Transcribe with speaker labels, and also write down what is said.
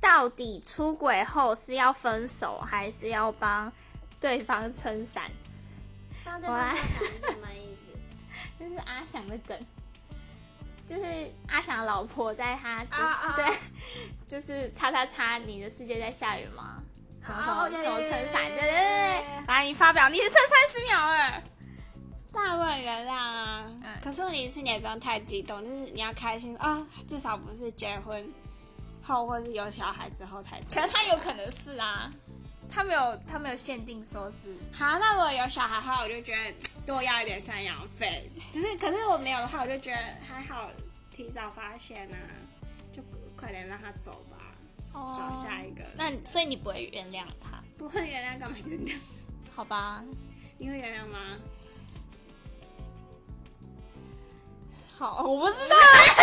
Speaker 1: 到底出轨后是要分手，还是要帮对方撑伞？
Speaker 2: 上次那是什么意思？
Speaker 1: 这是阿翔的梗，就是阿翔的老婆在他就是、
Speaker 2: 啊啊
Speaker 1: 对，就是叉叉叉，你的世界在下雨吗？什么什么
Speaker 2: 哦
Speaker 1: 什
Speaker 2: 对
Speaker 1: 么
Speaker 2: 对
Speaker 1: 撑
Speaker 2: 对
Speaker 1: 伞？对
Speaker 2: 对
Speaker 1: 对
Speaker 2: 对
Speaker 1: 对
Speaker 2: 对，
Speaker 1: 来你发表，你只剩三十秒了，大不了原谅啊！
Speaker 2: 嗯
Speaker 3: 可是问题是，你也不用太激动，就是你要开心啊、至少不是结婚后或是有小孩之后才做
Speaker 1: 可。是他有可能是啊，
Speaker 2: 他没有，他没有限定说是
Speaker 3: 好，那如果有小孩的话，我就觉得多要一点赡养费。就是，可是我没有的话，我就觉得还好，提早发现啊，就快点让他走吧，找下一个。
Speaker 1: 哦那你所以你不会原谅他，
Speaker 3: 不会原谅干嘛原谅？
Speaker 1: 好吧？
Speaker 3: 你会原谅吗？
Speaker 1: 好，我不知道啊，